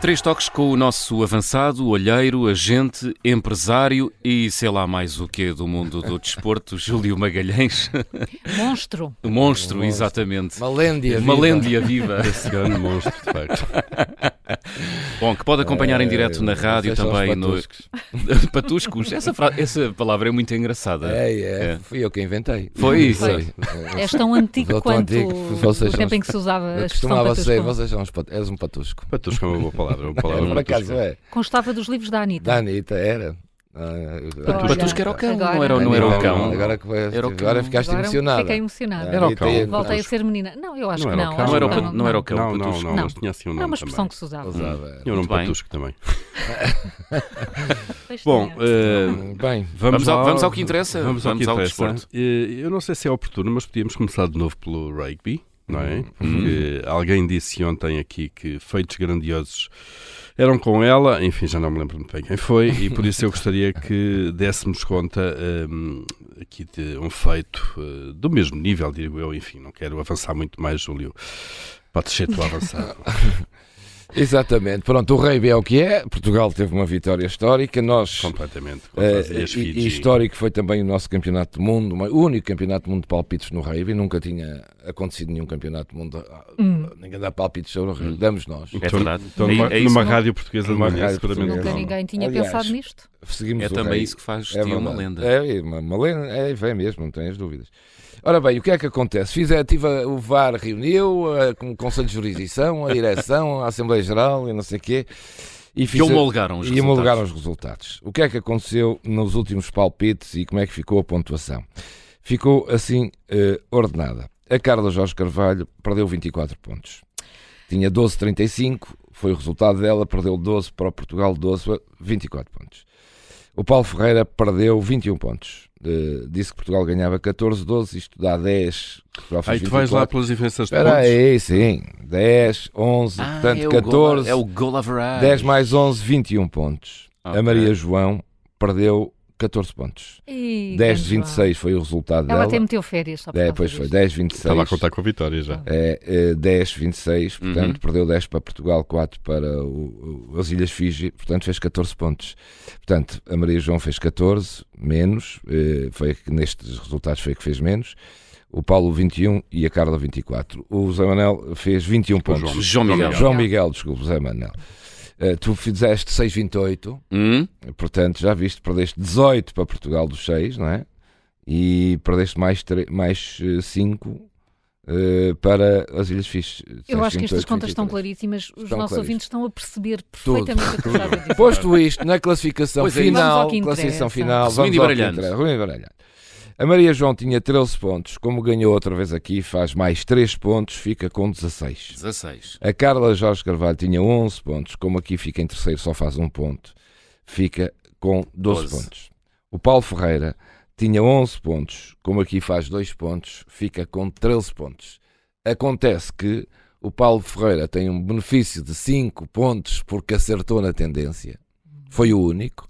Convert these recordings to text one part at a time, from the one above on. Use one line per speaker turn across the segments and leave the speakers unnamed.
Três toques com o nosso avançado, olheiro, agente, empresário e sei lá mais o quê do mundo do desporto, Júlio Magalhães.
Monstro.
Monstro, exatamente.
Malêndia.
Malêndia viva.
Esse grande Um monstro, de facto.
Bom, que pode acompanhar em
É,
direto na
mas
rádio
deixa aos
também. No...
patuscos.
Patuscos. Essa, fra- essa palavra é muito engraçada.
É, é,
É.
Fui eu que inventei.
Foi isso.
Foi.
És É tão antigo
Sou tão
quanto
antigo, vocês
o tempo
são-
em que se usava a
Eu
expressão
costumava ser,
patusco.
vocês são uns pat... eres um patusco.
Patusco é uma boa palavra. é Uma
Era,
palavra
por acaso
patusca.
é.
Constava dos livros da Anitta.
Da Anitta, era. Ah, eu-
Olha,
Patusco era o cão,
agora-
não era, o- não era o cão.
Agora, que foi-
Era o cão.
agora ficaste
Agora
emocionado.
Fiquei emocionada.
Era o cão.
Voltei a ser menina. Não, eu acho
Não
que
era
não.
o
acho
cão,
Não era o
que
não,
cão- não era o cão,
Não, não,
patusco.
não,
Não.
mas tinha assim um nome
Não, é uma expressão
também.
que se usava.
Ousava.
Tinha um nome
Muito bem.
patusco também.
Pois
Bom,
tinha.
eh,
Bem,
Vamos ao- vamos ao que interessa?
Vamos ao,
Vamos
que
ao
interessa.
desporto.
Eh, Eu não sei se é oportuno, mas podíamos começar de novo pelo rugby, não
Hum.
é? Porque alguém disse ontem aqui que feitos grandiosos eram com ela, enfim, já não me lembro muito bem quem foi, e por isso eu gostaria que dessemos conta hum, aqui de um feito eh, do mesmo nível, digo eu, enfim, não quero avançar muito mais, Júlio. Pode ser tu a avançar.
exatamente. Pronto, o rugby é o que é. Portugal teve uma vitória histórica. Nós.
completamente. Contra
É,
eh,
as Ilhas
e, e
Fiji.
histórico foi também o nosso campeonato do mundo, uma- o único campeonato do mundo de palpites no rugby. Nunca tinha acontecido nenhum campeonato do mundo. ah, Ninguém dá palpites sobre o rugby. Damos nós.
É verdade.
Então,
É-
numa,
é isso,
numa
não?
rádio portuguesa de
Numa
manhã,
rádio
seguramente
portuguesa.
Nunca
não.
ninguém tinha
Aliás,
pensado nisto.
Seguimos
É
o
também
rei.
isso que faz de
É
ti uma
verdade.
lenda.
É, uma, uma lenda, é, vem mesmo, não tenhas dúvidas. Ora bem, o que é que acontece? Fiz, a- tive a- o VAR reuniu, a, com o Conselho de Jurisdição, a Direção, a Assembleia Geral e não sei o quê. E
Que
fiz a-
homologaram os
e homologaram
resultados.
os resultados. O que é que aconteceu nos últimos palpites e como é que ficou a pontuação? Ficou assim eh, ordenada. A Carla Jorge Carvalho perdeu 24 pontos. Tinha 12,35, foi o resultado dela, perdeu 12 para o Portugal, 12, para- 24 pontos. O Paulo Ferreira perdeu 21 pontos. Eh, disse que Portugal ganhava 14, 12, isto dá 10. que Portugal fez
Aí tu vais
24.
lá pelas diferenças de
Espera
pontos.
aí, sim. 10, 11,
Ah,
portanto
é o Goal,
14.
é o goal average.
10 mais 11, 21 pontos.
Ok.
A Maria João perdeu 14 pontos.
E
10 de
grande
26 foi o resultado
Ela
dela.
até meteu férias só para
É, pois foi, 10 26.
Estava Tá a contar com a vitória já.
É, é, 10 26,
Uhum.
portanto, perdeu 10 para Portugal, 4 para o- o- as Ilhas Fiji, portanto, fez 14 pontos. Portanto, a Maria João fez 14, menos, eh, foi a que nestes resultados foi a que fez menos. O Paulo 21 e a Carla 24. O Zé Manel fez 21
O
pontos.
João.
João Miguel.
João Miguel, desculpa, Zé Manel. Eh, tu fizeste 6,28,
Hum?
portanto já viste, perdeste 18 para Portugal dos 6, não é? E perdeste mais, tre- mais 5 para as Ilhas Fixes.
Eu acho que estas contas estão claríssimas. Os
Estão
nossos
claras.
ouvintes estão a perceber
Tudo,
perfeitamente o que tu estás a dizer.
Posto isto na classificação
Pois é,
vamos
final,
ao que interessa.
classificação final,
Resumindo e
vamos ao que
baralhando.
interessa. Resumindo e baralhando. A Maria João tinha 13 pontos, como ganhou outra vez aqui, faz mais 3 pontos, fica com 16.
16.
A Carla Jorge Carvalho tinha 11 pontos, como aqui fica em terceiro, só faz um ponto, fica com 12,
12.
pontos. O Paulo Ferreira tinha 11 pontos, como aqui faz dois pontos, fica com 13 pontos. Acontece que o Paulo Ferreira tem um benefício de 5 pontos porque acertou na tendência, foi o único.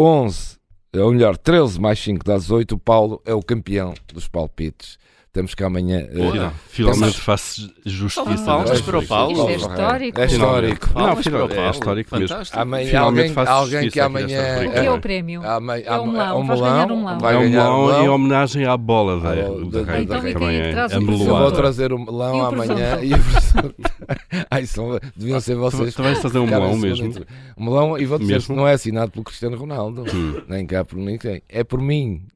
11, ou melhor, 13 mais 5 dá 18. O Paulo é o campeão dos palpites. Estamos cá amanhã. eh,
Boa.
Final- Finalmente faço justiça. né?
Palmas
desta
para o
noite.
Paulo.
Isto é
Ferreira.
histórico.
É histórico.
Palmas
Não,
para
afinal,
o Paulo.
é histórico mesmo.
Fantástico.
Amanhã,
Finalmente
alguém,
faço
alguém que
justiça aqui nesta
amanhã.
O
rubrica.
que é
É
o prémio?
Há mei-
É um
há me-
melão,
há
vais ganhar um melão.
Vai
É um
ganhar um
melão em
melão.
homenagem à bola da,
Ah,
da,
da-
raiva,
Então
que
fica aí
também é
atrás o
Eu
presunto.
vou
ameloada.
trazer um
E o
melão amanhã
presunto?
e o presunto. Ai, são, deviam ser
Ah, Tu,
vocês.
tu vais fazer um
Ficaram
melão
em segundo
mesmo?
entre- Um melão, e vou dizer
Mesmo? Hum.
que não é assinado pelo Cristiano Ronaldo, nem cá por ninguém. É por mim.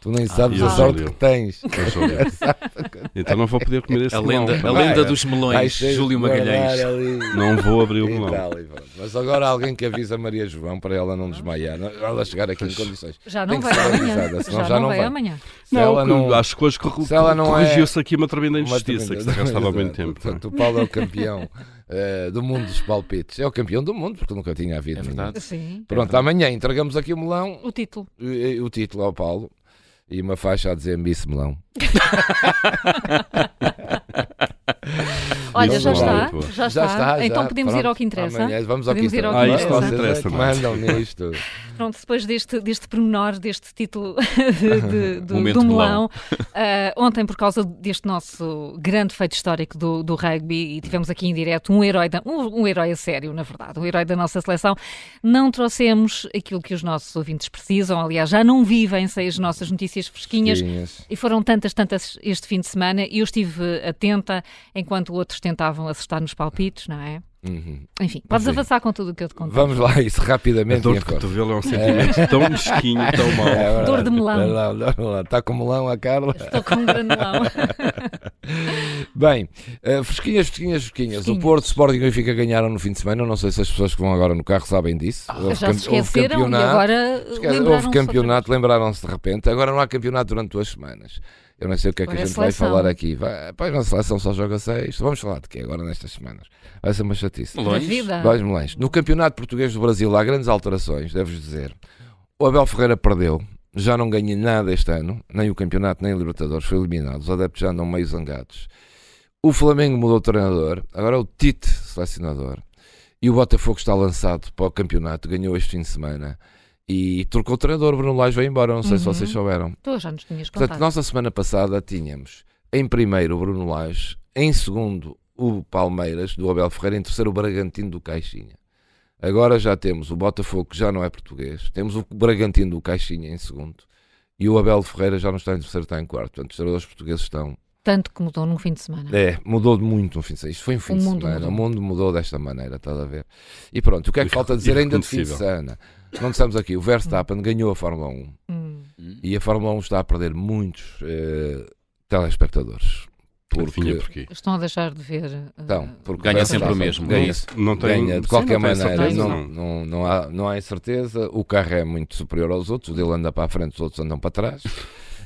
Tu nem sabes
Ah, e
a
o
sorte
Júlio?
que tens.
Pois, olha. então não vou poder comer esse
A
melão.
lenda, a
Vai,
lenda
é.
dos
Ai,
melões,
cheio de
Então Júlio
guardar
Magalhães.
ali.
Não vou abrir o
E
melão.
tal, e pronto. Mas agora alguém que avisa a Maria João para ela não desmaiar, não- ela chegar aqui em condições.
Já não
Tem que
vai
ser
amanhã.
avisada, senão
Já
já
não
não
vai
vai.
amanhã.
Se
Não,
ela
que- acho que hoje corri-
se ela não é-
corrigiu-se aqui uma tremenda
Uma
injustiça que se
tremenda-
arrastava há muito
Exato.
tempo. não é?
Portanto, o Paulo é o campeão eh, do mundo dos palpites. É o campeão do mundo, porque nunca tinha havido.
É
nenhum.
verdade.
Sim.
Pronto, amanhã entregamos aqui o melão,
O título.
eh, o título ao Paulo e uma faixa a dizer Miss Melão.
Olha, já
Isso
está.
vai, pô.
Já está. Então
já.
podemos ir
Pronto,
ao que interessa.
Amanhã vamos ao
Podemos
que
ir ao
interessa.
que
Ah, isto não
Vocês é
interessa,
que
não é?
Mandam nisto.
Pronto, depois deste, deste pormenor, deste título de- de- do,
Momento
do melão, ah, ontem, por causa deste nosso grande feito histórico do, do rugby, e tivemos aqui em direto um herói, da- um, um herói a sério, na verdade, um herói da nossa seleção, não trouxemos aquilo que os nossos ouvintes precisam, aliás, já não vivem sem as nossas notícias fresquinhas,
Tinhas.
e foram tantas, tantas este fim de semana, e eu estive atenta enquanto outros tentavam acertar nos palpites, não é?
Uhum.
Enfim, podes
Enfim.
avançar com tudo o que eu te contei.
Vamos lá, a isso
A
rapidamente.
dor
e em
de
cor.
cotovelo é um sentimento tão mesquinho, tão
É
mau.
verdade.
Dor de melão.
Olha lá, olha lá, Está com melão a Carla.
Estou com um granulão.
Bem, eh, fresquinhas, fresquinhas, fresquinhas. O
Fresquinhas.
Porto, Sporting e Benfica ganharam no fim de semana. Eu Não sei se as pessoas que vão agora no carro sabem disso. Houve
Ah, Já se
campe- houve
esqueceram e
campeonato.
agora
Esquece,
lembraram
Houve campeonato, lembraram-se de repente. Agora não há campeonato durante duas semanas. Eu não sei o que é que
Agora
a
é
gente vai
seleção.
falar aqui. Vai, pois na seleção só joga seis. Vamos falar de quê agora nestas semanas? Vai ser uma chatice.
da
Melões.
vida.
Dois melões. No Campeonato Português do Brasil há grandes alterações, devo-vos dizer. O Abel Ferreira perdeu, já não ganha nada este ano, nem o Campeonato, nem a Libertadores, foi eliminado. Os adeptos já andam meio zangados. O Flamengo mudou de treinador, agora é o Tite, selecionador. E o Botafogo está lançado para o campeonato, ganhou este fim de semana. E trocou o treinador, Bruno Lage vai embora, não sei se
Uhum.
vocês souberam.
Tu já nos tinhas contado.
Portanto, nós a semana passada tínhamos em primeiro o Bruno Lage, em segundo o Palmeiras do Abel Ferreira, em terceiro o Bragantino do Caixinha. Agora já temos o Botafogo, que já não é português, temos o Bragantino do Caixinha em segundo e o Abel Ferreira já não está em terceiro, está em quarto. Portanto, os treinadores portugueses estão.
Tanto que mudou num fim de semana.
É, mudou de muito no fim de semana. Isto foi um fim
O
de
mundo
semana.
mudou.
O mundo mudou desta maneira, estás a ver? E pronto, o que é que
Irre-
falta dizer ainda de fim de
irreconhecível.
semana? Não estamos aqui. O Verstappen ganhou a Fórmula 1.
Hum.
Hum.
E a Fórmula 1 está a perder muitos eh, telespectadores. Porque,
Adivinha é porquê?
Estão a deixar de ver. eh,
então, porque
Ganha
Verstappen
sempre o mesmo,
Ganha,
é isso.
Não tem, um
ganha de
Hum. sim,
qualquer
não tem
maneira.
certeza,
não, não, não, há, não há incerteza. O carro é muito superior aos outros. O dele anda para a frente, os outros andam para trás.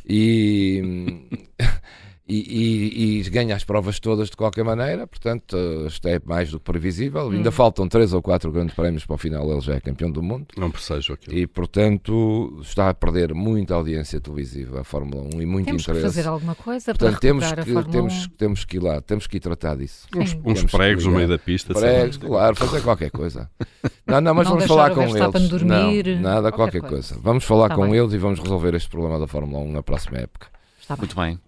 E. hum, E, e- e ganha as provas todas de qualquer maneira, portanto, eh, isto é mais do que previsível. Ainda
Hum.
faltam três ou quatro grandes prémios para o final, ele já é campeão do mundo.
Não presejo aquilo.
E, portanto, está a perder muita audiência televisiva a Fórmula 1 e muito
Temos que
interesse.
fazer alguma coisa
Portanto,
para
temos
recuperar a
que,
Fórmula
temos,
1.
temos que ir lá, temos que ir tratar disso.
Uns,
Sim.
uns
Temos que
pregos no
ligar.
meio da pista. sei lá.
Pregos, claro, fazer qualquer coisa. Não, não, mas
Não
vamos
deixar
falar
o
com
Verstappen
eles.
dormir,
não, nada,
qualquer
qualquer,
coisa.
coisa. Vamos falar
Tá
com
bem.
eles e vamos resolver este problema da Fórmula 1 na próxima época.
Está bem.
Muito bem.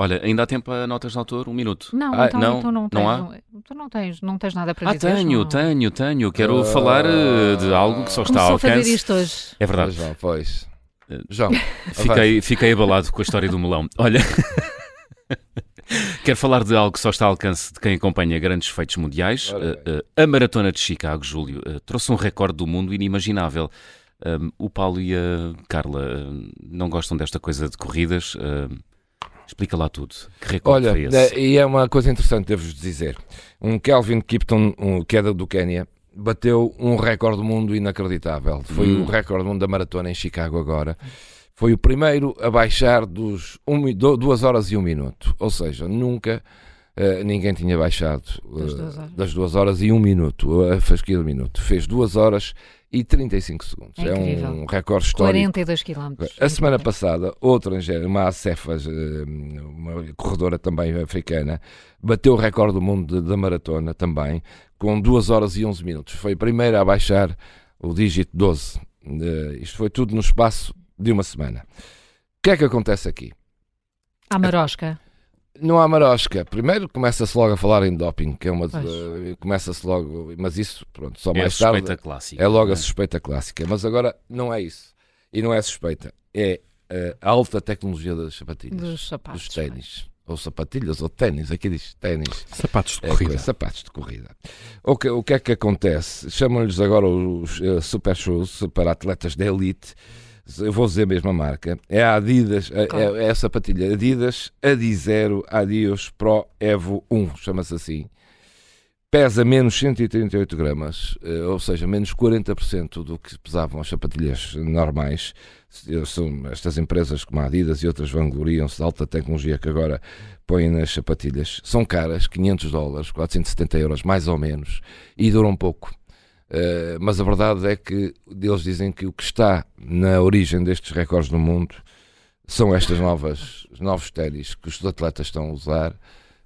Olha, ainda há tempo a notas de autor? Um minuto.
Não,
Ah,
então,
não,
então não tens.
não
Tu não tens, não tens nada para
Ah,
dizer.
tenho,
não.
tenho, tenho. Quero
Ah.
falar eh, de algo que só está
Começou
ao
a fazer
alcance.
isto hoje.
É verdade.
Mas, João, pois.
Eh,
João,
Fiquei, fiquei abalado com a história do melão. Olha. Quero falar de algo que só está ao alcance de quem acompanha grandes feitos mundiais.
Ora
Eh, eh, a Maratona de Chicago, Júlio, eh, trouxe um recorde do mundo inimaginável. Um, o Paulo e a Carla eh, não gostam desta coisa de corridas. eh, explica lá tudo. Que recorde
Olha,
foi esse?
eh, e é uma coisa interessante, devo-vos dizer. Um Kelvin Kipton, um, que é do Quénia, bateu um recorde do mundo inacreditável. Foi
Hum.
o recorde do mundo da maratona em Chicago agora. Foi o primeiro a baixar dos 2 horas e 1 um minuto. Ou seja, nunca eh, ninguém tinha baixado eh,
Das duas horas.
das 2 horas e 1 um minuto, a fasquia do minuto. Fez 2 horas e 35 segundos.
É
é um
incrível.
recorde histórico.
42 quilómetros.
A semana
Incrível.
passada, outra angélica, uma acefa, eh, uma corredora também africana, bateu o recorde do mundo de- da maratona também, com 2 horas e 11 minutos. Foi a primeira a baixar o dígito 12. Eh, Isto foi tudo no espaço de uma semana. O que é que acontece aqui?
À Marosca.
Não há marosca. Primeiro começa-se logo a falar em doping, que é uma. de-
Pois.
Começa-se logo. Mas isso, pronto, só
é Eh, a
mais tarde.
suspeita clássica.
É logo
não
a suspeita clássica. Mas agora não é isso. E não é suspeita. É eh, a alta tecnologia das sapatilhas.
Dos sapatos. é?
É, dos ténis. Ou sapatilhas, ou ténis. Aqui diz ténis.
Sapatos de
É,
corrida.
coisa- sapatos de corrida. O que, o que é que acontece? Chamam-lhes agora os eh, super shoes para atletas da elite. Eu vou dizer mesmo a marca. É a Adidas, é-
Claro.
é, é a sapatilha Adidas Adizero Adios Pro Evo 1, chama-se assim. Pesa menos 138 gramas, eh, ou seja, menos 40% do que pesavam as sapatilhas normais. Eu sou- Estas empresas como a Adidas e outras vangloriam-se da alta tecnologia que agora põem nas sapatilhas. São caras, 500 dólares, 470 euros, mais ou menos, e duram pouco. Eh, mas a verdade é que eles dizem que o que está na origem destes recordes no mundo são estas novas novos ténis que os atletas estão a usar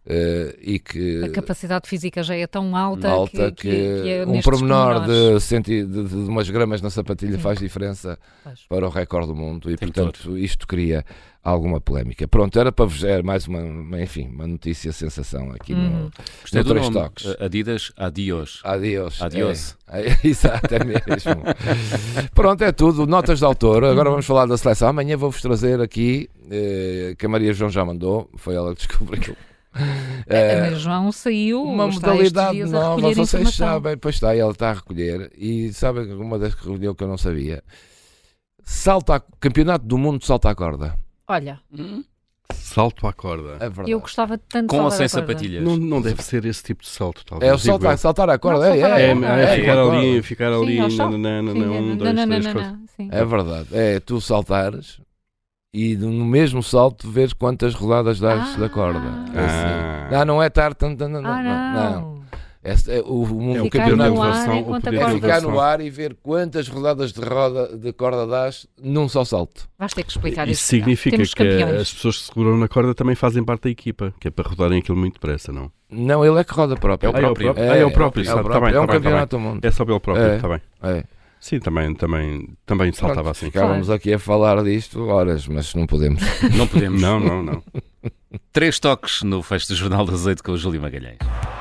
eh, e que
A capacidade física já é tão alta,
malta
que, que- que é
um
nestes
pormenor
pormenores.
de, centi, de, de umas gramas na sapatilha
Sim.
faz diferença
Pois.
para o recorde do mundo e,
Tem
portanto, isto cria alguma polémica. Pronto, era para vos era mais uma, uma- enfim, uma notícia sensação aqui
Uhum.
no
Gostei
No
do
Três
nome.
Toques.
Eh, Adidas, adiós.
Adiós.
Adiós.
É, é, exato, é mesmo. Pronto, é tudo. Notas de autor. Agora
Uhum.
vamos falar da seleção. Amanhã vou-vos trazer aqui eh, que a Maria João já mandou. Foi ela que descobriu.
A
Eh,
Maria João saiu,
uma
Uh, está estes
modalidade
dias a
nova,
recolher
vocês
informação.
sabem, pois está, ela está a recolher e sabem que uma das que recolheu que eu não sabia. Salta, campeonato do mundo de salta à corda.
Olha,
Salto à corda.
É verdade.
eu gostava de tanto de
Com ou
salvar
sem
a corda.
sapatilhas?
Não, não deve ser esse tipo de salto, talvez.
É o
digo
salto a-
eu.
saltar à corda,
Não,
é,
saltar à
É,
é,
é,
corda.
é,
ficar
à corda.
ali, ficar ali,
ao salto.
nananana,
Sim,
um,
não, não,
dois,
não,
três,
não,
quatro.
não, sim.
É verdade. É tu saltares e no mesmo salto vês quantas rodadas dás
Ah.
da corda. É
Ah.
assim. Não, não é tar, tan, tan, tan,
Ah,
não.
não.
É, é o, o mundo
É
Ficar no
o campeonato de
ar
versão, o
enquanto
poder
é
acorda.
de
ficar no
versão.
ar e ver quantas rodadas de, roda, de corda dás num só salto.
Vais ter que explicar isso.
Isso significa
Temos
que
campeões.
as pessoas que seguram na corda também fazem parte da equipa, que é para rodarem aquilo muito depressa, não?
Não, ele é que roda
É
próprio.
o próprio.
próprio.
Ah, é o próprio,
É, o
está
próprio.
bem,
é um
está bem, está
campeonato do mundo.
É só pelo próprio,
É.
está bem.
É.
Sim, também, também, também saltava
Pronto,
assim.
Ficávamos aqui a falar disto horas, mas não podemos.
Não podemos.
Não, não, não.
Três toques no fecho do Jornal das Oito com o Júlio Magalhães.